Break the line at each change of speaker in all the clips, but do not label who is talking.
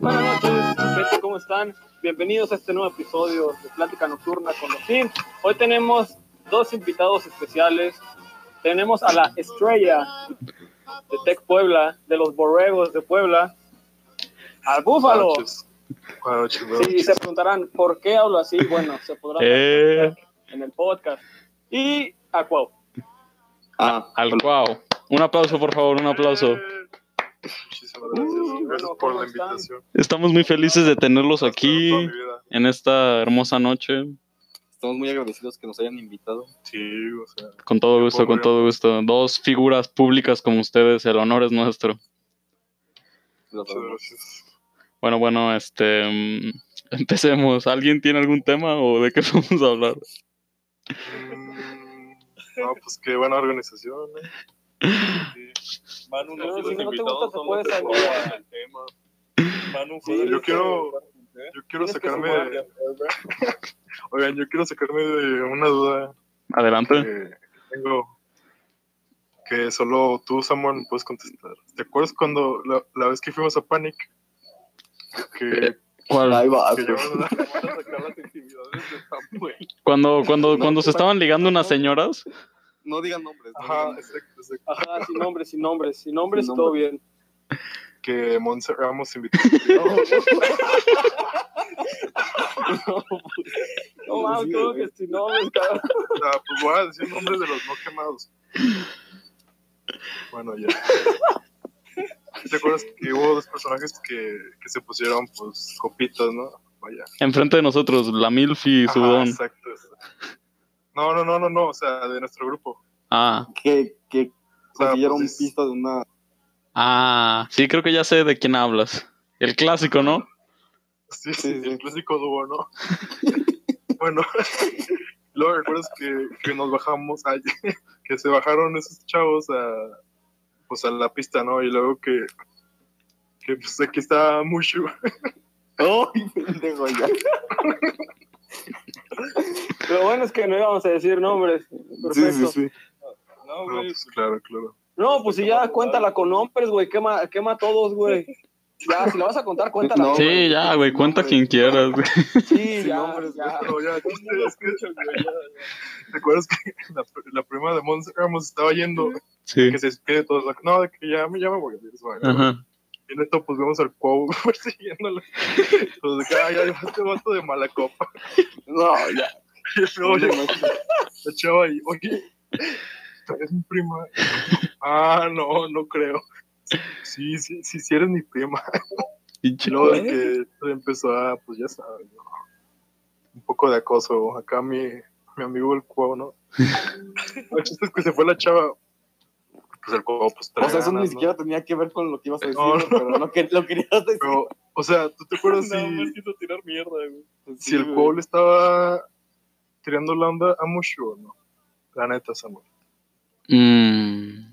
Buenas noches, gente, ¿cómo están? Bienvenidos a este nuevo episodio de Plática Nocturna con los Sims. Hoy tenemos dos invitados especiales. Tenemos a la estrella de Tec Puebla, de los Borregos de Puebla, al Búfalo. Sí, y se preguntarán por qué hablo así. Bueno, se podrán
Eh.
en el podcast. Y a Cuau.
Ah,
Al guau. Un aplauso, por favor, un aplauso.
Muchísimas gracias.
Uh,
gracias
bueno,
por
¿cómo
la
están?
invitación.
Estamos muy felices de tenerlos aquí
Toda mi vida.
en esta hermosa noche.
estamos muy agradecidos que nos hayan invitado.
Sí, o sea,
Con todo gusto, con todo gusto. Dos figuras públicas como ustedes, el honor es nuestro.
Los
muchas
adoramos.
gracias.
Bueno, bueno, este. mm, Empecemos. ¿Alguien tiene algún tema o de qué vamos a hablar?
Mm, No, pues qué buena organización. ¿eh?
Manu,
No,
nosotros
si no te
invitados
gusta, te
somos
puedes
los que
salir.
juegan al tema. Manu,
Sí,
joder,
yo quiero-
¿eh?
Yo quiero
Tienes que
sacarme,
sumar.
oigan, yo quiero sacarme de una duda
Adelante.
que tengo que solo tú, Samuel, puedes contestar. ¿Te acuerdas cuando la, la vez que fuimos a Panic?
Eh,
Que,
¿Cuál?
Ahí va.
que yo
güey.
a sacar las intimidades de Samuel.
Cuando, cuando, cuando se estaban ligando unas señoras.
No digan nombres. no digan
Ajá,
nombres.
exacto, exacto.
Ajá, sin nombres, sin nombres, sin nombres,
Sin
todo bien.
Que Monse Ramos invitó.
No mames,
Sí,
creo
güey.
que sin nombres, cabrón.
Ah, pues voy a decir nombres de los no quemados. Bueno, ya. ¿Te acuerdas que hubo dos personajes que, que se pusieron, pues, copitas, no? Vaya.
Enfrente de nosotros, la Milfi y
Ajá,
Sudón.
exacto, exacto. No, no, no, no, no, o sea, de nuestro grupo.
Ah,
Que, que
O sea,
consiguieron
pues, es-
pista de una.
ah. Sí, creo que ya sé de quién hablas. El clásico, ¿no?
Sí,
Sí,
sí,
sí.
el clásico dúo, ¿no? bueno, luego recuerdas que, que nos bajamos, ay, que se bajaron esos chavos a, pues, a la pista, ¿no? Y luego que, que pues, aquí está Mushu.
¡Ay, pendejo! Ya.
Lo bueno es que no íbamos a decir nombres. Perfecto.
Sí, sí, sí.
No,
No,
güey,
pues, claro, claro.
No, pues si ya cuéntala con nombres, güey. Quema, quema a todos, güey. Ya, si la vas a contar, cuéntala.
No,
Sí,
güey.
ya, güey, cuenta
No,
quien
güey.
quieras. güey.
sí,
sin
ya,
nombres,
ya.
No, ya, el chiste es que, ¿te acuerdas que la, la prima de Mons Ramos estaba yendo?
Sí.
Que se despide de todos, like, no, de que ya, me- ya me voy a ir, se va a ir".
Ajá.
Y en esto, pues, vemos al Cuau persiguiéndolo. Entonces, de que, ay, ay, este vato de mala copa.
No, ya.
Y luego
No,
llegó
no,
la chava y, oye, ¿tú eres mi prima? Ah, no, no creo. Sí, sí, sí, sí eres mi prima. Y
Pinche-
luego de que empezó a, pues, ya sabes, ¿no? un poco de acoso. Acá mi, mi amigo el Cuau, ¿no? El chiste es que se fue la chava. Pues el Cuau, pues,
O
trae
sea, eso
ganas,
ni
¿no?
siquiera tenía que ver con lo que ibas a decir,
No, no.
pero lo, que, lo querías decir.
Pero, o sea, ¿tú te acuerdas
nada
si-
más quiso tirar mierda, güey.
si
Sí,
el
güey.
Cuau le estaba tirando la onda a Mushu o no? La neta, Samuel.
Mm,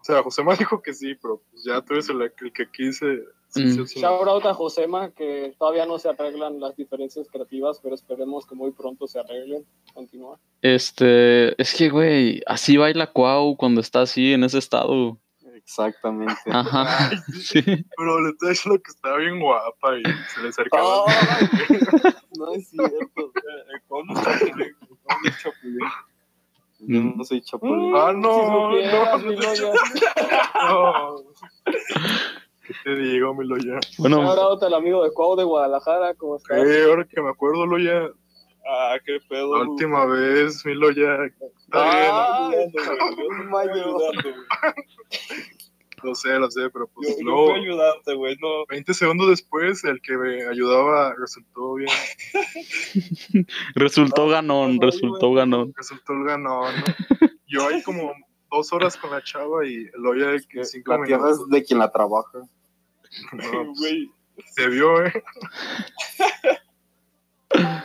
O sea, José me dijo que sí, pero pues ya tú eres el, el que aquí se... se-
Mm.
se- se-
Shout out a Josema, que todavía no se arreglan las diferencias creativas, pero esperemos que muy pronto se arreglen. Continúa.
Este, es que, güey, así baila Cuau cuando está así en ese estado.
Exactamente.
Ajá. Sí.
Pero le estoy diciendo que estaba bien guapa y se le acercaba.
Oh, no es cierto.
Eh, Con un chapulín, con un chapulín.
Yo no soy chapulín.
Ah, no,
Si supieras,
no,
mi novia.
No. ¿Qué te digo, mi Loya?
Bueno,
Shout out al amigo de Cuau de Guadalajara, ¿cómo estás?
Eh, ahora que me acuerdo, Loya,
Ah, qué pedo.
la
güey.
última vez, mi Loya, está
Ah,
Ay, güey, yo no puedo ayudarte, güey.
bien, lo sé, lo sé, pero pues
Yo no
luego,
puedo ayudarte, güey. No,
20 segundos después, el que me ayudaba resultó bien,
resultó ganón, resultó ganón.
resultó el ganador, ¿no? Yo ahí como dos horas con la chava y Loya de que cinco
La tierra
minutos.
es de quien la trabaja.
No, pues,
güey.
se vio, ¿eh? Está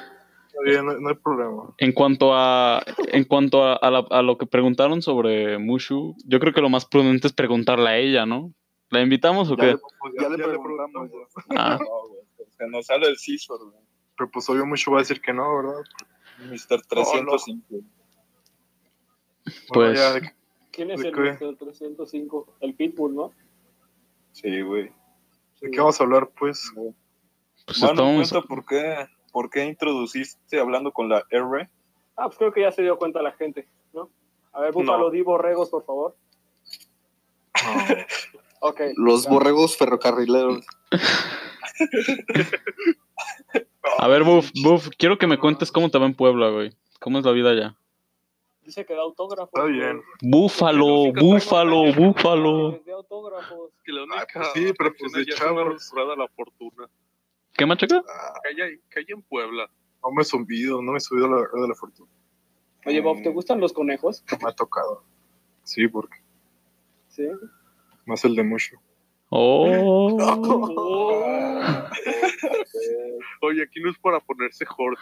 bien, no, no hay problema.
En cuanto a, en cuanto a, a la- a lo que preguntaron sobre Mushu, yo creo que lo más prudente es preguntarle a ella, ¿no? ¿La invitamos o
Ya
qué?
le- Ya le preguntamos.
preguntamos.
Ah,
No, güey. Se nos sale el scissor, güey.
Pero pues obvio mucho va a decir que no, ¿verdad?
Mr. 305.
Pues-
ya, de-
¿Quién es
¿De
el
qué?
Mr. 305? El Pitbull, ¿no?
Sí, güey.
¿de qué vamos a hablar, pues?
Pues
Mano,
estamos.
cuenta por qué, por qué introduciste hablando con la R.
Ah, pues creo que ya se dio cuenta la gente, ¿no? A ver, búfalo,
No.
di borregos, por favor. Ok.
Los
ya.
borregos ferrocarrileros.
A ver, Buff, Buff, quiero que me cuentes cómo te va en Puebla, güey. ¿Cómo es la vida allá?
Dice que da autógrafos.
Está bien.
güey.
Búfalo, búfalo, búfalo.
Les dé autógrafos.
Que la
Ah,
única
pues sí, pero pues de
ya es una
chavos.
restaurada la fortuna.
¿Qué machaca?
Que haya, que haya en Puebla.
No me he subido, no me he subido a la rueda de la fortuna.
Oye, Bob, ¿te gustan los conejos?
No me ha tocado. Sí, porque
Sí.
más el de mucho.
Oh.
Ah,
Oye, aquí no es para ponerse jordi.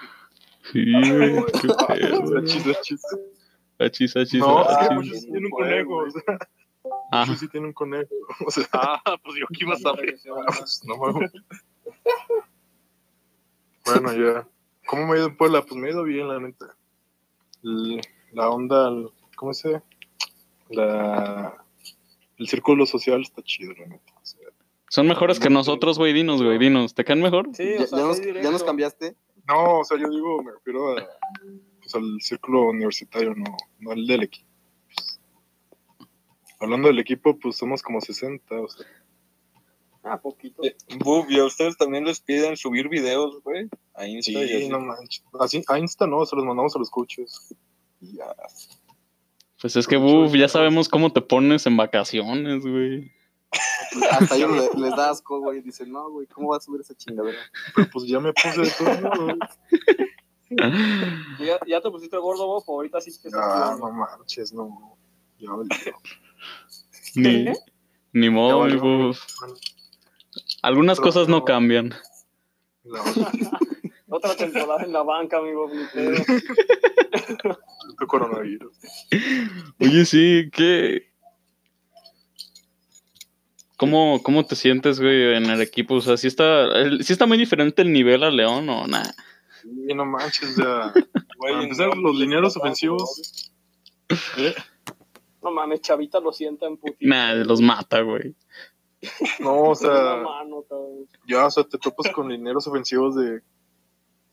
Sí, güey, qué pedo,
Es
güey.
chiste, es chiste.
Achis, achis,
No, es
achis.
que muchos sí tienen un conejo. O sea,
Ah,
muchos sí tienen un conejo. O sea,
Ah, pues yo aquí iba a saber.
pues, no mames. Bueno, ya. ¿Cómo me ha ido en Puebla? Pues me ha ido bien, la neta. L- La onda, el- ¿cómo se? La... El círculo social está chido, la neta. O sea,
son mejores que nosotros, güey. Dinos, güey, dinos. ¿Te caen mejor?
Sí,
ya,
o sea,
ya nos,
sí,
ya
directo.
nos cambiaste.
No, o sea, yo digo, me refiero a, pues, al círculo universitario, no, no al del equipo. Pues, hablando del equipo, pues somos como 60, o sea,
Ah, poquito.
Bub, y Eh, a ustedes también les piden subir videos, güey. A Insta
sí,
y así.
no manches. Así, a Insta no, se los mandamos a los coaches.
Y ya.
Pues es que, buf, ya sabemos cómo te pones en vacaciones, güey.
Hasta ellos le- les da asco, güey. Dicen, no, güey, ¿cómo vas a subir esa chingadera?
Pero pues ya me puse de todo modo.
¿Ya, ya te pusiste gordo, Bob, o ahorita sí te estás
Ah,
cuidando?
no manches, no. Ya valió.
Ni,
¿Eh?
ni
Ya
modo,
valió.
buf. Algunas
Pero
cosas no
no.
cambian.
La otra,
Otra temporada en la banca, mi Bob, ni pedo.
el coronavirus.
Oye, sí, ¿qué? ¿Cómo, cómo te sientes, güey, en el equipo? O sea, ¿sí está, el- sí está muy diferente el nivel a León o nada?
Y no manches, ya.
Güey,
Para empezar,
no,
los lineros ofensivos. ¿Eh?
No mames, Chavita lo sienta en putito.
Nada, los mata, güey.
No, o
Con una
sea.
mano, cabrón.
Ya, o sea, te topas con lineros ofensivos de,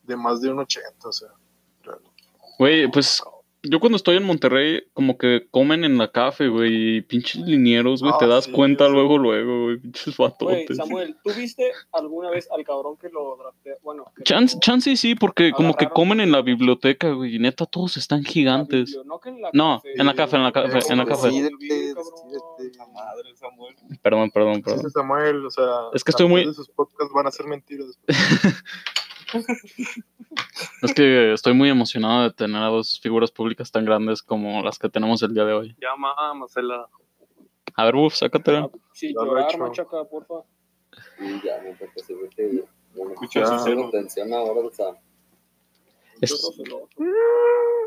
de más de un 80, o sea.
Güey, pues yo cuando estoy en Monterrey, como que comen en la cafe, güey, y pinches linieros, güey,
Ah,
te das
sí,
cuenta
sí.
luego, luego, güey, pinches
Güey,
batotes.
Samuel, ¿tú viste alguna vez al cabrón que lo draftea? Bueno, que
Chance,
lo-
chance sí, porque como que
Agarraron.
comen en la biblioteca, güey, y neta, todos están
la
gigantes.
biblio- No, que en la
No, en la
güey.
cafe, en la cafe,
en la cafe.
Pues Decídete,
Cabrón.
decídete.
Madre, Samuel.
Perdón, perdón,
Sí,
perdón.
Samuel, o sea.
Es que estoy
la
muy-
mitad De sus podcasts van a ser mentiras.
Es que estoy muy emocionado de tener a dos figuras públicas tan grandes como las que tenemos el día de hoy.
Ya mámasela.
A ver, Buff, sácatela.
Sí,
Ya lo he
llorar,
hecho.
machaca, porfa.
Y ya, no, porque se ve que ya no
Escucha,
no
sincero.
pongo atención ahora, o sea,
Es-
Lloroso,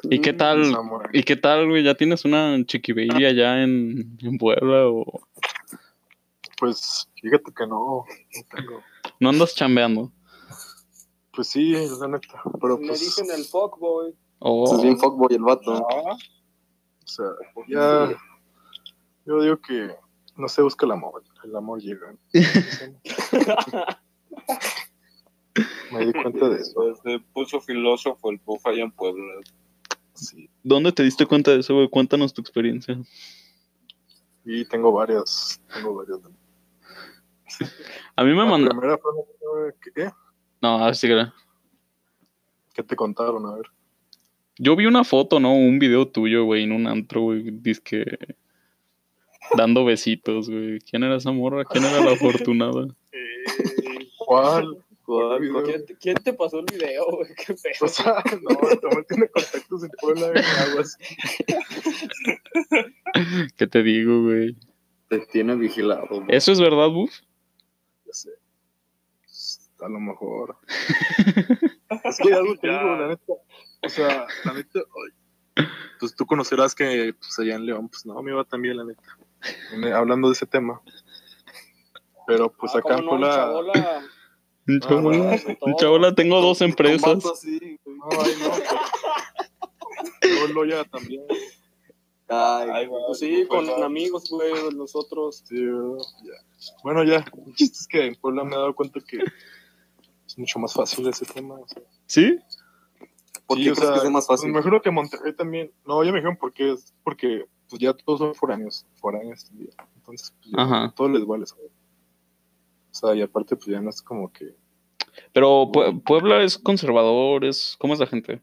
¿Y qué tal?
Samuel.
¿Y qué tal, güey? ¿Ya tienes una chiquibaby allá en, en Puebla o
Pues fíjate que no, no tengo.
no andas chambeando?
Pues sí, la neta. Pero
Le
pues.
dicen el fuckboy.
Oh,
Es bien fuckboy el vato.
No,
O sea, ya. Yo digo que no se busca el amor. El amor llega. Me di cuenta de eso.
pues, se puso filósofo el Buf allá en Puebla.
Sí.
¿Dónde te diste cuenta de eso, güey? Cuéntanos tu experiencia.
Y tengo varias. Tengo varias.
A mí me
La
mandaron...
primera fue que, ¿qué?
No, así que era.
¿Qué te contaron? A ver.
Yo vi una foto, ¿no? Un video tuyo, güey, en un antro, güey. Dizque... Dando besitos, güey. ¿Quién era esa morra? ¿Quién era la afortunada?
¿Cuál?
¿Cuál?
¿Quién, te- quién te pasó el video, güey? Qué
O
pedo.
sea, no, Samuel tiene contactos en Puebla, güey, aguas.
¿Qué te digo, güey?
te tiene vigilado. güey.
¿Eso es verdad, Buff?
Ya sé. A lo mejor. es que algo te
Ya.
digo, la neta. O sea, la neta. ay. Pues tú conocerás que pues, allá en León, pues no, me iba también, la neta. e, Me- Hablando de ese tema. Pero pues
Ah,
acá
¿cómo
en
no, mi
Puebla.
chabola,
En Chabola,
mames,
en
todo.
Chabola tengo dos
Con
empresas.
vato así, güey.
Ay, no. pues. Yo Loya también.
Ay,
Ay, güey.
Pues sí, con
Pues,
amigos, güey, nosotros.
Sí, ¿verdad? Ya. Bueno, ya. El chiste es que en Puebla me he dado cuenta que es mucho más fácil ese tema. o sea.
¿Sí?
¿Por
Sí,
qué
o
crees
sea, pues,
que sea más fácil?
Me imagino que Monterrey también. No, yo me dijeron porque es porque pues ya todos son foráneos, foráneos. y ya. Entonces, pues, ya,
Ajá.
todo les vale. ¿sabes? O sea, y aparte, pues ya no es como que.
Pero Pue- Puebla es conservador, es... ¿Cómo es la gente?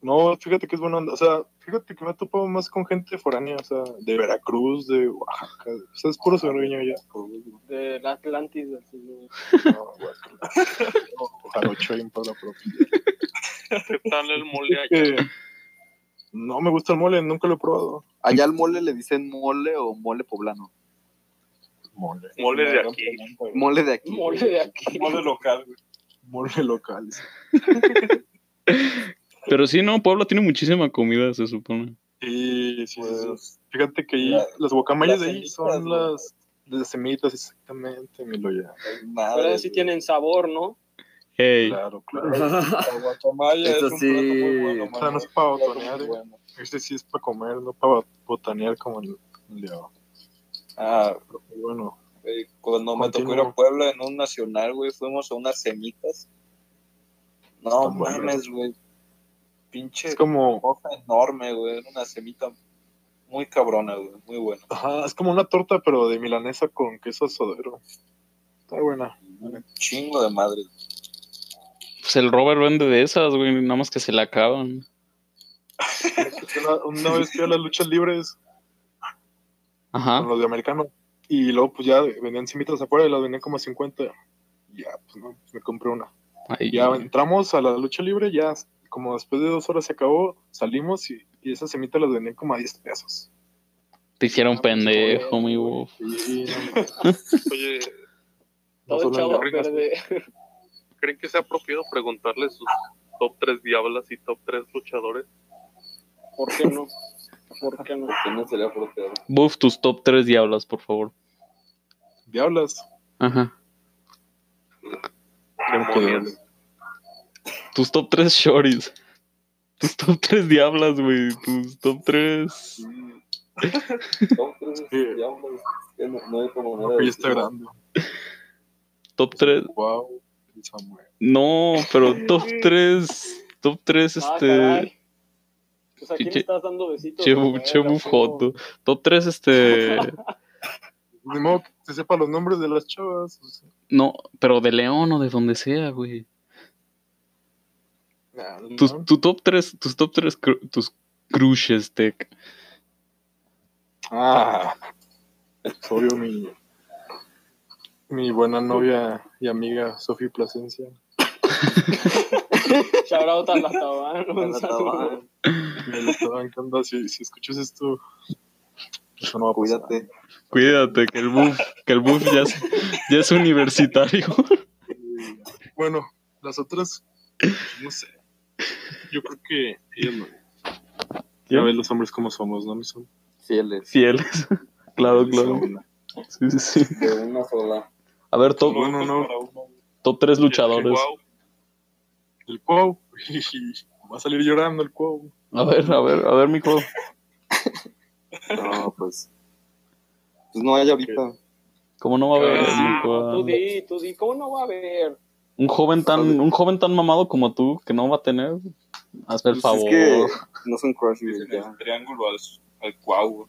No, fíjate que es buena onda. O sea, fíjate que me he topado más con gente foránea, o sea, de Veracruz, de Oaxaca. O sea, es puro sureño ya.
Del Atlantis, del siglo.
No, guácala. No, jarocho ahí en Puebla, pero, pues,
¿Qué tal el mole allá?
que Eh, no me gusta el mole, nunca lo he probado.
Allá al mole le dicen mole o mole poblano.
Mole.
Mole de
Una gran
aquí.
pregunta, güey.
Mole de aquí.
Mole de aquí.
Mole local, güey.
Mole local. sí.
Pero sí, no, Puebla tiene muchísima comida, se supone.
Sí, sí, sí, sí.
Pues,
Fíjate que ahí,
la-
las guacamayas
las
de ahí
semitas,
son
¿no?
las, las semillitas, exactamente, mi loya.
madre,
Pero sí
güey.
tienen sabor, ¿no?
Ey,
Claro, claro.
La guacamaya
Eso
es un
sí.
plato muy bueno,
O sea, no
mano.
es para
Un plato muy
botanear, eh.
bueno.
este sí es para comer, no para botanear como el, el de abajo.
Ah,
Pero bueno,
güey, eh, cuando me tocó ir
Continúa.
a Puebla en un nacional, güey, fuimos a unas semitas. No
Están buenas.
mames, güey. Pinche
es como,
hoja enorme, güey. Era una semita muy cabrona, güey. Muy buena.
ajá, es como una torta, pero de milanesa con queso sodero. Está buena.
Un chingo de madre.
pues el Robert vende de esas, güey, nada más que se le acaban.
Una, una vez fui a las luchas libres con
Ajá.
los de americano. Y luego, pues ya vendían semitas afuera y las vendían como a 50. Y Ya, pues no, me compré una.
Ahí,
Ya entramos a la lucha libre, ya como después de dos horas se acabó, salimos y, y esas semitas las vendían como a 10 pesos.
te hicieron pendejo, mi bof.
Y,
Oye,
No
Todo
solo
chavo
en
Garrigas,
verde.
¿creen que sea apropiado preguntarle sus top 3 diablas y top 3 luchadores?
¿Por qué no? ¿Por qué no?
Que no sería apropiado.
Bof, tus top tres diablas, por favor.
diablas,
Ajá.
creo que
Demonios.
Tus top tres shorties. Tus top tres diablas, güey. Tus top tres...
Son tres
Sí.
diablos, que no, no hay como
no,
manera de
ya está
decirlo.
grande.
Top tres...
Wow, Samuel.
No, pero top tres... Top tres,
Ah,
este...
caray. Pues aquí
Che-
le estás dando besitos.
Chebu,
güey,
chebu
a huevo.
foto. Top 3, este.
Ni modo que se sepa los nombres de las chavas. o sea,
No, pero de León o de donde sea, güey.
nah, no.
Tus, tu top 3, tus top 3, tus crushes, Tec.
Ah, pues, obvio mi, mi buena novia y amiga Sofía Plasencia.
Shout out a la Tabán,
A
un
la
saludo.
Tabán.
Me lo estaba encantando. Si, si escuchas esto, eso no va a pasar.
Cuídate.
Cuídate, que el buff, que el buff ya es, ya es universitario.
Bueno, las otras, no sé. Yo creo que ellas no. Ya ves los hombres como somos, ¿no? Mis hombres.
Fieles.
Fieles. Claro, claro. Sí, sí, sí.
De una sola.
A ver, top,
pues,
Bueno, no.
top 3 luchadores.
Wow,
El Cuau. Va a salir llorando el Cuau.
A ver, a ver, a ver, mi co-
No, pues. Pues no hay ahorita.
¿Cómo no va a haber
Ah,
mi co-
Tú di, tú di, ¿cómo no va a haber?
un joven tan, un joven tan mamado como tú que no va a tener? Hazme el
Pues
favor.
Es que no son crush, güey,
Dicen
ya.
el triángulo al, al cuau, güey.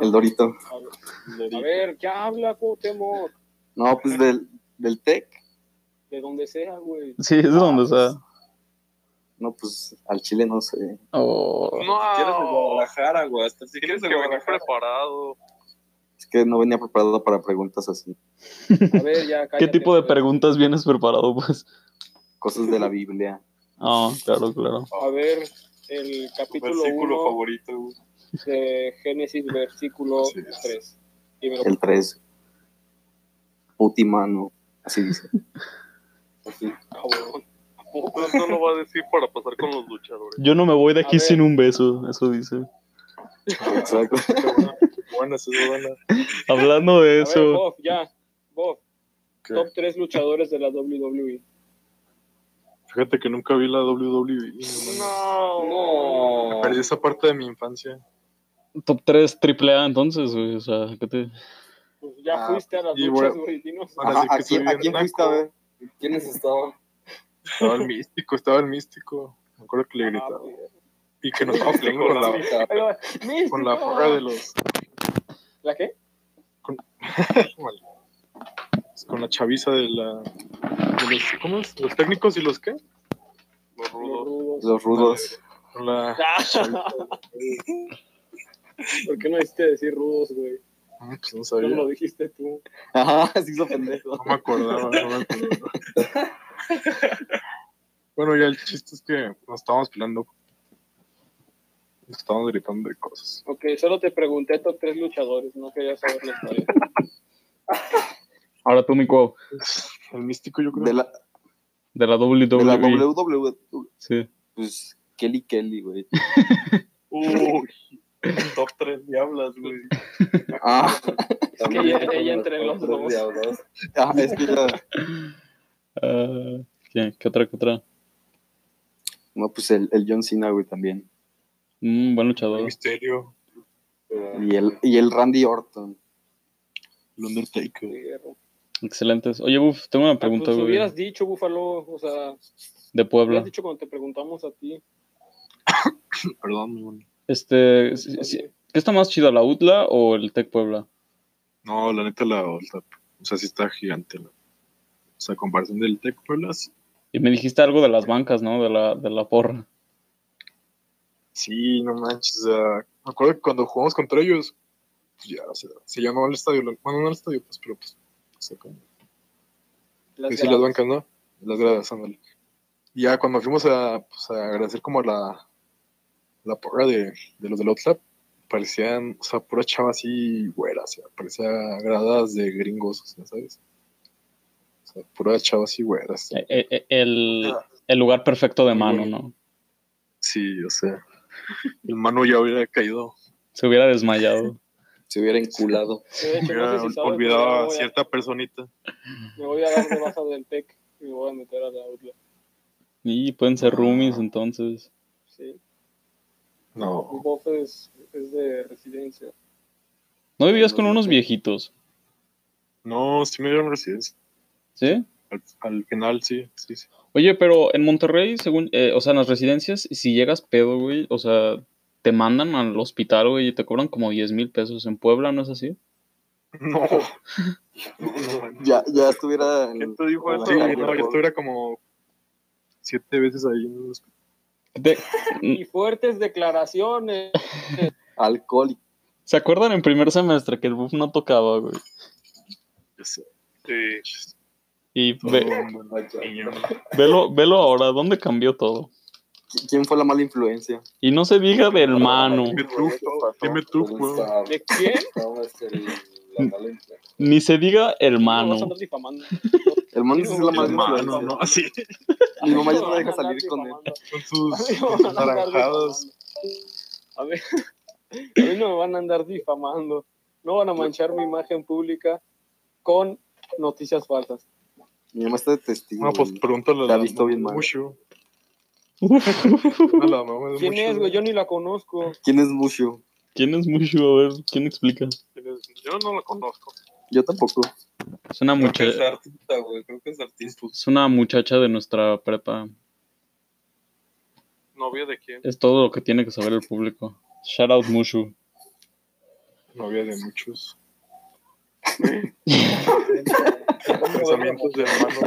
El Dorito.
A ver, ¿qué habla, Cuauhtémoc?
No, pues del, del Tec.
De donde sea, güey.
Sí, es de donde sea.
No, pues al Chile no sé.
Oh.
Ah.
Quieres de
No,
Guadalajara, güey. Hasta si
tienes
quieres
que
de
venir
Guadalajara.
preparado.
Es que no venía preparado para preguntas así.
A ver, ya, cállate.
¿Qué tipo de
güey.
preguntas vienes preparado, pues?
Cosas de la Biblia.
Ah, claro, claro.
A ver, el
Tu
capítulo
versículo
1
favorito, güey.
de Génesis, versículo
Así es.
3. Y me lo
El 3. Putimano. Así dice.
Ah, huevo.
Pronto lo va a decir para pasar con los luchadores.
Yo no me voy de
A
aquí
ver.
sin un beso, eso dice.
Exacto.
buenas, es buena.
Hablando de
A ver,
eso,
Bob, ya. Bob,
¿Qué?
top 3 luchadores de la E. WWE.
Fíjate que nunca vi la WWE. no mames.
No.
Perdí esa parte de mi infancia.
top 3 AAA entonces, güey. O sea, ¿qué te...
Pues ya
Ah,
fuiste a las
y
luchas,
bueno.
güey, dinos.
Van decir
Ajá, ¿a
que soy
quién,
bien
a quién
naco.
fuiste a ver?
¿Quiénes estaban?
Estaba el místico, estaba el místico. Me acuerdo que le
Ah,
gritaba.
güey.
Y que nos estaba peleando con la,
Ahí va. Místico.
con la porra de los.
¿La qué?
Con la chaviza de la. de los, ¿Cómo es? ¿Los técnicos y los qué?
Los
los rudos.
rudos.
Los rudos.
Con la.
Ah, ¿Por qué no hiciste decir rudos, güey?
Ah, Pues no
¿Cómo
sabía.
lo dijiste tú?
Ajá, se hizo pendejo.
No me acordaba, no me acordaba. bueno, ya el chiste es que nos estábamos peleando. Nos estábamos gritando de cosas.
Ok, solo te pregunté top 3 luchadores, no quería saber la historia.
Ahora tú, mi cuau,
El místico, yo creo.
De la,
de la
de la
WWE.
WWE.
Sí.
Pues Kelly Kelly, güey.
Uy, top 3 diablas, güey.
Ah,
que ella- ella entre los dos.
ah, es que ya.
Ah, ¿qué, ¿Qué otra, qué otra?
No, pues el, el John Cena, güey, también.
Un Mm, buen
El
luchador.
misterio.
Y el, y el Randy Orton.
El Undertaker.
Excelentes. Oye, Buf, tengo una pregunta,
pues,
güey.
hubieras dicho, Búfalo, o sea,
De Puebla.
hubieras dicho cuando te preguntamos a ti.
Perdón, mi bueno.
Este, si- si- ¿qué está más chido, la UTLA o el Tec Puebla?
No, la neta, la Volta. O sea, sí está gigante. la- O sea, a comparación del Tec Puebla, sí.
Y me dijiste algo de las bancas, ¿no? De la, de la porra.
Sí, no manches. o sea, me acuerdo que cuando jugamos contra ellos, pues ya, o sea, se llamaba al estadio. la- Bueno, no al estadio, pues, pero pues. O sea, como-
Las
sí, las
gradas.
bancas, ¿no? Las gradas, ándale. Y ya cuando fuimos a, pues, a agradecer como la, la porra de, de los del Outlap, parecían, o sea, pura chava así güera, o sea, parecía gradas de gringos, o sea, ¿sabes? O sea, pura chava así güera, o sea,
Eh, eh, eh, El, el lugar perfecto de mano, ¿no?
sí, o sea, el mano ya hubiera caído,
Se hubiera desmayado.
Se hubiera enculado.
De hecho,
hubiera
no sé si sabes, pero
olvidado
me
a
voy a-
cierta personita.
Me voy a dar de baja del TEC y me voy a meter a la outlet.
Y pueden ser roomies entonces.
Sí,
No,
Bob es, es de residencia.
¿No vivías con unos viejitos?
no, sí me dieron residencia.
¿Sí?
Al, al final, sí, sí, sí.
Oye, pero en Monterrey, según, eh, o sea, en las residencias, si llegas pedo, güey, o sea, te mandan al hospital, güey, y te cobran como 10 mil pesos. En Puebla, ¿no es así?
No,
Ya, ya estuviera en.
¿Quién te dijo
en la
eso?
Sí,
calle,
no,
güey.
yo estuviera como siete veces ahí en el hospital.
Te-
Y fuertes declaraciones.
Alcohólico.
¿Se acuerdan en primer semestre que el buff no tocaba, güey?
Yo sé,
Sí.
Y
todo
ve-
un buen niño.
velo, velo ahora, ¿dónde cambió todo?
¿Qui- ¿Quién fue la mala influencia?
Y no se diga del mano,
Dime tú, dime tú, güey. Mm.
¿De quién?
este, La mala influencia.
ni se diga
No
hermano.
vas a andar difamando.
El mano sí es la mala
Hermano,
influencia.
no, así.
Mi mamá ya
no
no
me
deja salir con él.
Con sus
no me van a andar
naranjadas.
difamando. A mí, a mí no me van a andar difamando. No van a manchar mi imagen pública con noticias falsas.
Mi mamá está de testigo.
No, pues
güey.
pregúntale a
La
la
ha visto bien mal.
Mushu. A la mamá de
¿Quién
Mushu.
es, güey? Yo ni la conozco.
¿Quién es Mushu?
¿Quién es Mushu? A ver, ¿quién explica?
Yo no la conozco.
Yo tampoco.
Es una,
Creo
mucha-
que es artista, güey. Creo que es artista.
es una muchacha de nuestra prepa.
¿Novia de quién?
Es todo lo que tiene que saber el público. Shout out Mushu.
Novia de muchos. Pensamientos de hermano.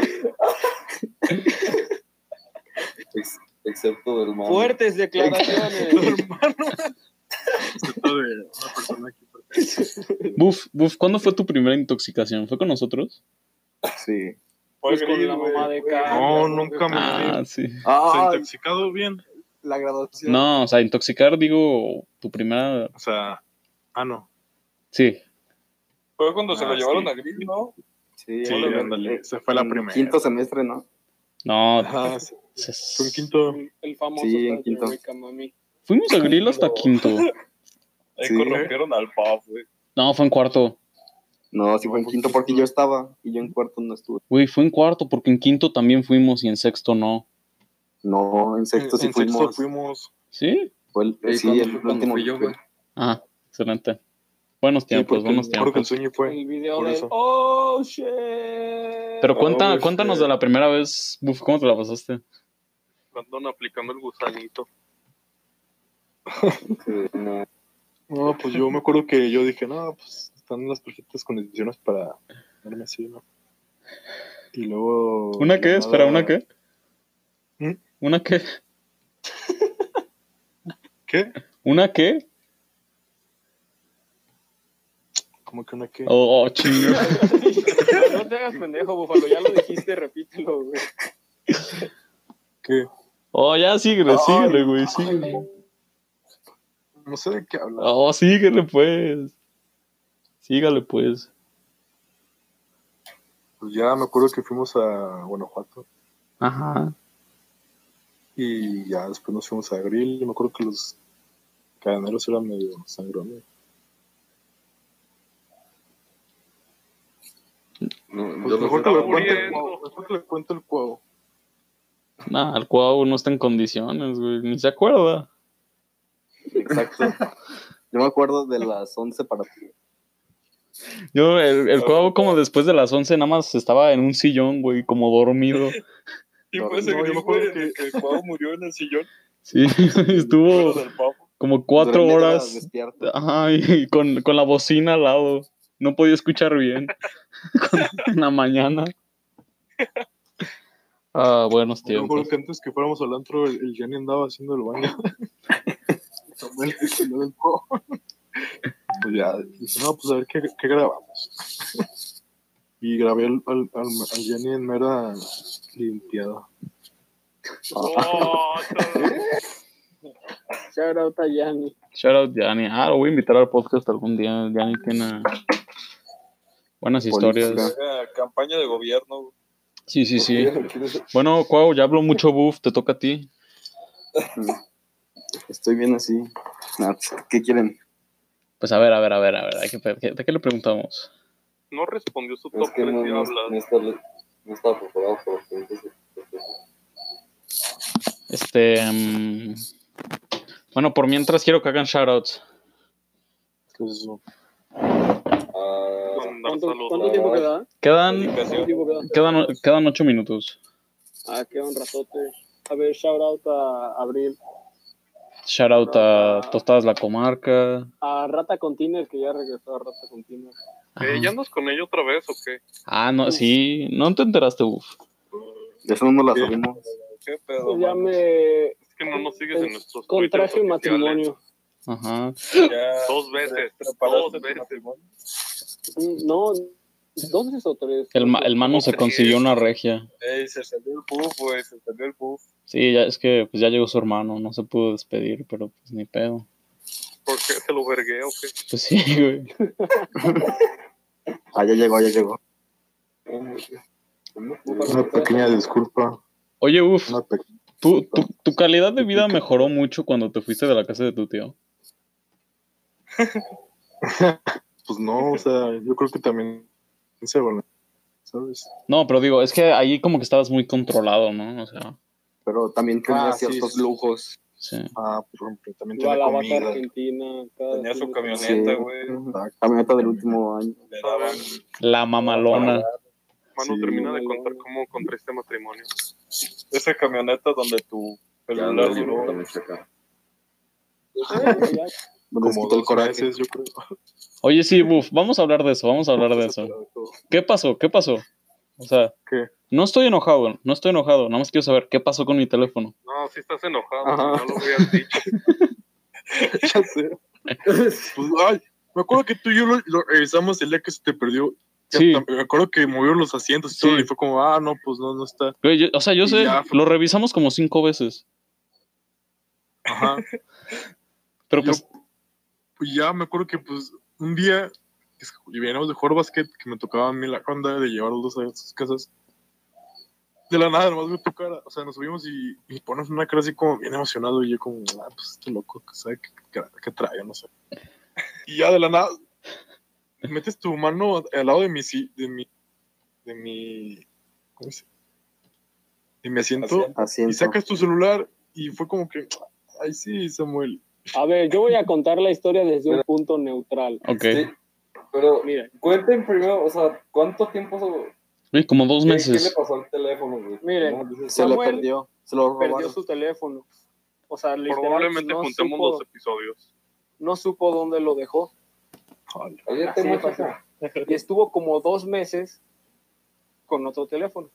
Ex- Excepto del
Ah.
mano.
Fuertes declaraciones.
Excepto de una persona que
Buf, Buf, ¿cuándo fue tu primera intoxicación? ¿Fue con nosotros?
Sí.
Pues con la mamá de Carlos.
No, nunca me
Ah, sí.
¿Se
Ah,
intoxicado bien?
la graduación.
No, o sea, intoxicar, digo, tu primera.
O sea, ah, no.
Sí,
Fue cuando se
Ah,
lo llevaron
sí.
a Gris, ¿no?
Sí,
Sí,
bueno,
ándale.
eh,
Esa fue la
en
primera. Ah,
Quinto semestre, ¿no?
no.
Ajá, sí.
se-
Fue un quinto.
El famoso
Sí, en
Star
quinto.
Jerry Kamami.
Fuimos a grill hasta quinto.
Ahí
Sí.
corrompieron al Pop, güey.
No, fue en cuarto.
No, sí fue en quinto porque yo estaba y yo en cuarto no estuve.
Güey, fue en cuarto, porque en quinto también fuimos y en sexto no.
No, en sexto sí
en
fuimos.
sexto fuimos.
¿Sí?
Fue el-
Ey,
sí,
¿cuándo
el
fue cuando
último.
fui yo, güey?
Ah, excelente. Buenos
Sí,
tiempos,
porque-
buenos
Porque el
tiempos.
sueño fue.
El video
por
de
eso.
Oh shit.
Pero cuenta,
Oh, este-
cuéntanos de la primera vez, Buf, ¿cómo te la pasaste?
Andan aplicando el gusanito.
Que no,
No, pues yo me acuerdo que yo dije, no, pues están las perfectas condiciones para darme así, ¿no? Y luego.
¿Una qué?
de la
Espera,
nada-
¿una qué?
¿Mm?
¿Una qué?
¿Qué?
¿Una qué?
¿Cómo que una qué?
Oh, oh, chingo.
No te hagas pendejo, búfalo, ya lo dijiste, repítelo, güey.
¿Qué?
Oh, ya síguele, síguele, güey, síguele.
No sé de qué hablar.
Oh, síguele, pues. Sígale, pues.
Pues ya me acuerdo que fuimos a Guanajuato
Ajá.
y ya después nos fuimos a Grill. Me acuerdo que los cadeneros eran medio sangrones.
no,
Pues
yo
mejor, que
no
le
sé
cuente el
estaba muriendo.
cuau, mejor que le cuente el cuau.
Nah, el cuau no está en condiciones, güey, ni se acuerda.
Exacto. Yo me acuerdo de las 11 para ti.
Yo, el, el cuau como después de las 11 nada más estaba en un sillón, güey, como dormido.
Y
No,
fue ese
no, yo me
grito
acuerdo
de- el pavo murió en el sillón.
Sí, estuvo
pero del pavo.
como cuatro
Durmiendo era
horas.
despierto.
Ajá, y con, con la bocina al lado. No podía escuchar bien. Con- en la mañana. Ah, buenos
Yo me acuerdo
tiempos.
que antes que fuéramos al antro, el, el Gianni andaba haciendo el baño. Tomé el tequila del cuau. pues ya, dije, no, pues a ver qué, qué grabamos. y grabé al, al, al, al Gianni en mera limpiada.
No, chaval.
Shout out a Yanni.
Shout out Yanni. Ah, lo voy a invitar al podcast algún día. Yanni tiene buenas
Política.
historias.
Era campaña de gobierno. güey.
Sí, sí, sí.
por qué no quieres-
Bueno, Cuau, ya habló mucho buff, te toca a ti.
Estoy bien así. Nah, pues, ¿Qué quieren?
Pues a ver, a ver, a ver, a ver. ¿a qué- qué- ¿De qué le preguntamos?
No respondió su top
Es que
3
no,
y
no, no
hablas.
estaba, no estaba preparado para las preguntas.
Este. mm, bueno, por mientras quiero que hagan shoutouts.
Entonces, eso.
Ah,
Con dar
¿Cuánto,
saludos.
cuánto tiempo
Ah,
queda?
Quedan,
¿Cuánto tiempo queda?
quedan, quedan ocho minutos.
Ah, queda un ratote. A ver, shout out a Abril.
Shout out a Tostadas La Comarca.
A Rata Continer, que ya regresó a Rata Continer.
Eh,
Ajá.
¿Ya andas con ella otra vez o qué?
Ah, no, sí, no te enteraste, Uf.
Eso no la
¿Qué?
subimos.
¿Qué pedo?
Pues ya
mano?
me
Es que no nos sigues en nuestros Twitters
contraje un
oficiales.
matrimonio.
Ajá.
Ya
Dos veces,
preparaste
dos
tu
veces.
matrimonio.
Mm, No, dos veces o tres.
El, ma- el mano se consiguió una regia.
Ey, Eh, se salió el puff, güey, se salió el puff.
Sí, ya, es que pues, ya llegó su hermano, no se pudo despedir, pero pues ni pedo.
¿Por qué? ¿Se lo vergué o qué?
Pues sí, güey.
Ah, ya llegó, ya llegó.
Una pequeña disculpa.
Oye, Uf,
Una pequeña.
tu, tu, tu calidad de vida mejoró mucho cuando te fuiste de la casa de tu tío.
Pues no, o sea, yo creo que también se bueno, ¿sabes?
No, pero digo, es que ahí como que estabas muy controlado, ¿no? O sea,
Pero también tenía
Ah, sí,
ciertos
sí.
lujos.
sí.
Ah, por ejemplo, también
Iba a
tenía
la vaca
comida. Ah,
argentina. cada
Tenía su
fin de semana.
camioneta. Neta, güey.
Exacto.
Camioneta del último año.
Le daban
La mamalona.
Mano
Sí.
termina de
Ay,
contar
no.
cómo contraiste matrimonio.
esa camioneta donde tu
ya
celular
no llegó
duró.
la noche acá.
Ah, ya.
Me
Como
desquitó el
dos
coraje.
meses, yo creo.
Oye, sí, Buf, vamos a hablar de eso, vamos a hablar de eso. ¿Qué pasó? ¿Qué pasó? O sea,
¿Qué?
no estoy enojado, no estoy enojado. Nada más quiero saber qué pasó con mi teléfono.
No, si estás enojado,
Ajá.
no lo hubieras dicho.
Ya sé. Pues, ay, me acuerdo que tú y yo lo, lo revisamos el día que se te perdió. Y
Sí.
hasta me acuerdo que movió los asientos y
Sí.
todo, y fue como, ah, no, pues no, no está.
Güey, yo- o sea, yo
Y
sé,
ya fue-
lo revisamos como cinco veces.
Ajá.
Pero
Yo-
pues,
Pues ya me acuerdo que, pues, un día que es- y veníamos de jugar basquet, que me tocaba a mí la ronda de llevar los dos a sus casas. De la nada, nomás me tocara. O sea, nos subimos y, y pones una cara así como bien emocionado. Y yo, como, ah, pues este loco, que ¿sabe qué, qué, qué trae? No sé. Y ya de la nada, metes tu mano al lado de mi si- de mi de mi ¿cómo se? De mi asiento y
Asiento.
sacas tu celular y fue como que ay sí, Samuel.
A ver, yo voy a contar la historia desde un punto neutral.
Ok.
Sí, Pero
Miren,
cuenten primero, o sea, ¿cuánto tiempo so-
Güey, como dos
¿Qué, qué le
meses.
pasó al teléfono, güey?
Miren,
No, dices,
Se le
Samuel
perdió. Se lo
perdió
robaron.
su teléfono. O sea, literal,
Probablemente
no
juntemos
supo-
los episodios.
no supo dónde lo dejó.
"Oye,
así
tengo
de fácil.
chaca".
y estuvo como dos meses con otro teléfono.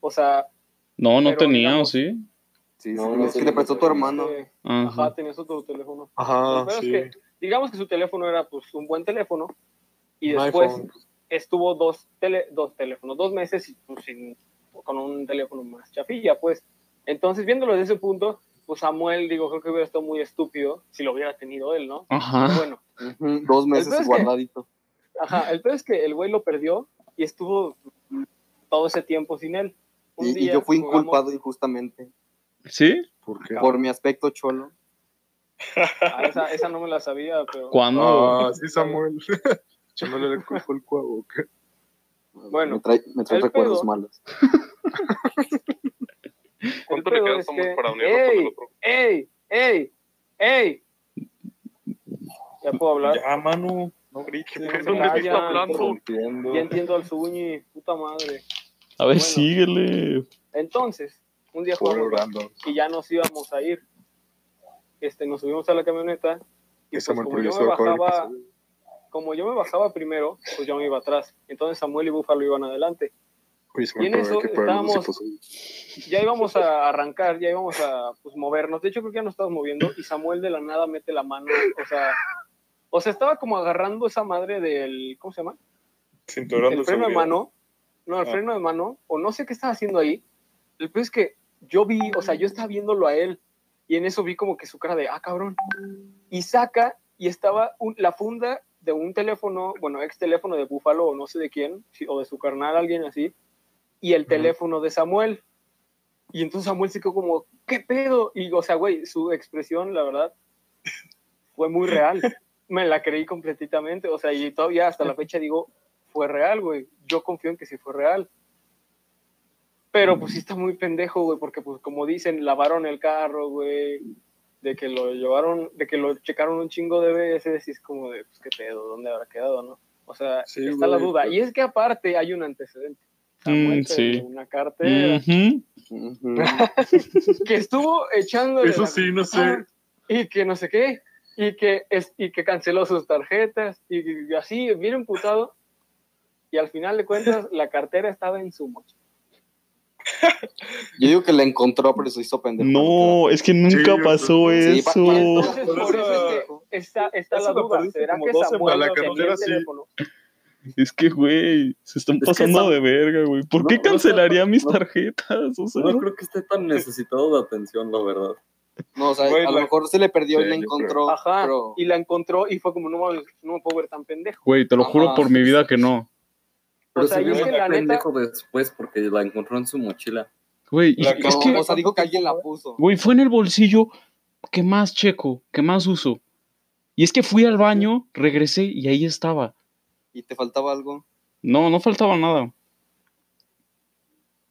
O sea,
No, no
pero
tenía, ¿o
digamos-
sí?
Sí, sí,
No, no
es
sé
que te
qué
prestó tu
fue.
hermano.
eh,
Ajá.
ajá, tenías otro teléfono.
Ajá,
Lo peor
sí.
es que, digamos que su teléfono era pues un buen teléfono y
Un
después
iPhone.
estuvo dos, tele, dos teléfonos, dos meses y, pues, sin- con un teléfono más chafilla, pues. Entonces, viéndolo desde ese punto, pues Samuel, digo, creo que hubiera estado muy estúpido si lo hubiera tenido él, ¿no? Pero
Ajá.
bueno,
Ujú, Dos meses
peor es Pues que-
guardadito.
Ajá, el peor es que el güey lo perdió y estuvo todo ese tiempo sin él. Un
Y, y
día
yo fui
jugamos-
inculpado injustamente
¿Sí?
¿Por qué?
por mi aspecto cholo.
Ah, esa, esa no me la sabía, pero.
¿Cuándo?
Ah, sí, Samuel. Echándole el cuerpo al cuavo.
Bueno,
me trae, me trae
el
recuerdos
pedo-
malos.
¿Cuánto
El
le
pedo
queda
es
Samuel
que-
para unirnos con
¡Ey!
el otro?
¡Ey! ¡Ey! ¡Ey! Ya puedo hablar.
Ya, mano, no grites.
¿Qué
no
dónde
me
me está
callan,
hablando?
Entiendo.
Ya entiendo al Zuñi, puta madre.
A ver,
bueno.
síguele.
Entonces, un día
Pobre
jugamos
Brandon.
y ya nos íbamos a ir. Este, nos subimos a la camioneta y
Que
pues,
Samuel
como yo
prohibió
me
acabar el
bajaba,
episodio.
como yo me bajaba primero, pues yo me iba atrás. Entonces Samuel y Búfalo iban adelante. Y
Oye,
en
Samuel, pero
eso
hay que parar los
estábamos-
episodios.
ya íbamos a arrancar, ya íbamos a pues, movernos. De hecho, creo que ya nos estábamos moviendo y Samuel de la nada mete la mano. O sea, o sea, estaba como agarrando esa madre del. ¿Cómo se llama?
Cinturón
el freno de
seguridad.
mano. No, el
Ah.
freno de mano. O no sé qué estaba haciendo ahí. El peor es que yo vi, o sea, yo estaba viéndolo a él y en eso vi como que su cara de, ah, cabrón. Y saca y estaba un- la funda de un teléfono, bueno, ex teléfono de Búfalo o no sé de quién, si- o de su carnal, alguien así, y el teléfono de Samuel. Y entonces Samuel se quedó como, ¿qué pedo? Y, o sea, güey, su expresión, la verdad, fue muy real. Me la creí completamente, o sea, y todavía hasta la fecha digo, fue real, güey. Yo confío en que sí fue real. Pero pues sí está muy pendejo, güey, porque pues como dicen, lavaron el carro, güey, de que lo llevaron, de que lo checaron un chingo de veces y es como de, pues qué pedo, ¿dónde habrá quedado, no? O sea,
Sí,
está la
güey,
duda.
pues.
Y es que aparte hay un antecedente. La
Mm,
muerte
sí.
de Una
Mm.
cartera
Ujú.
Ujú.
que estuvo echando
Eso sí, no sé.
y que no sé qué, y que, es, y que canceló sus tarjetas, y, y así, bien emputado. Y al final de cuentas, la cartera estaba en su mochila.
Yo digo que la encontró, pero se hizo pendejo.
No, es que nunca
Sí,
pasó
sí, pa- pa-
eso.
Entonces,
Por
por
eso-
eso es que está, está
eso
la
lo
duda.
perdiste
¿Será
como
que
dos
Samuel
semanas.
no
La
tenía
cartera
el
sí.
teléfono?
Es que, güey, se están
que
pasando
esa-
de verga, güey. ¿Por
No,
qué
no está-
cancelaría mis
no.
tarjetas? O sea,
No creo que esté tan necesitado de atención, la verdad.
No, o sea,
Güey,
a lo
la-
mejor se le perdió
Sí,
y la
yo creo.
encontró.
Ajá,
pero-
y la encontró y fue como, no, mames, no me puedo ver tan pendejo.
güey, te lo
Ajá.
juro por mi vida que no.
Pero
sea,
se
yo
vio
es que
muy
la neta-
pendejo después porque la encontró en su mochila.
Güey, y
La
es
no,
que,
o sea, digo que alguien la puso.
güey, fue en el bolsillo que más checo, que más uso. Y es que fui al baño, regresé y ahí estaba.
Y te faltaba algo.
No, no faltaba nada.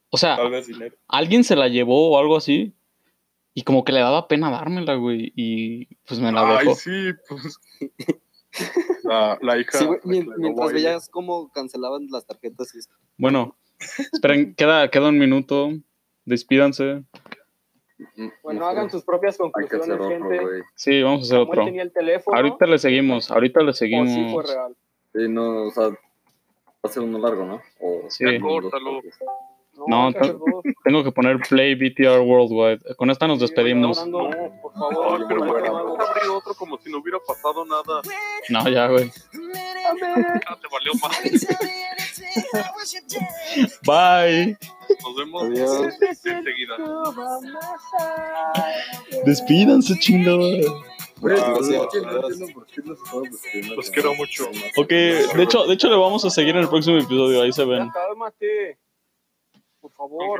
O sea,
Tal vez dinero.
alguien se la llevó o algo así. Y como que le daba pena dármela, güey. Y pues me la dejó.
Ay, sí, pues. La, la hija.
Sí, güey,
la que
mien-
le robó
mientras
a ella.
veías cómo cancelaban las tarjetas. y eso.
Bueno, esperen, queda, queda un minuto. Despídanse.
Bueno, hagan sus propias
Mm, Hay que hacer
conclusiones,
otro,
gente.
güey.
Sí, vamos a hacer
Samuel
otro.
tenía el teléfono
Ahorita le seguimos, ahorita le
o Oh, sí fue
seguimos.
real.
Sí, no, o sea, va a ser uno largo, ¿no? O,
Sí.
o-
Córtalo.
No,
No,
hay que hacer
tan-
dos.
Tengo que poner Play BTR Worldwide. Con esta nos
Sí,
despedimos.
Fernando, No, eh, por
Ay,
favor,
Ah, pero
no,
¿por qué
no, no.
no abrí otro como si no hubiera pasado nada?
No, ya, güey.
Ya te valió más.
Bye.
Nos vemos
Adiós.
enseguida.
Despídanse, chingada.
Güey,
Ah,
pues,
sí.
no entiendo por qué nos estamos despidiendo.
Los quiero mucho.
Ok, de hecho, de hecho le vamos a seguir en el próximo episodio. Ahí se ven.
Ya, Cálmate. Por favor.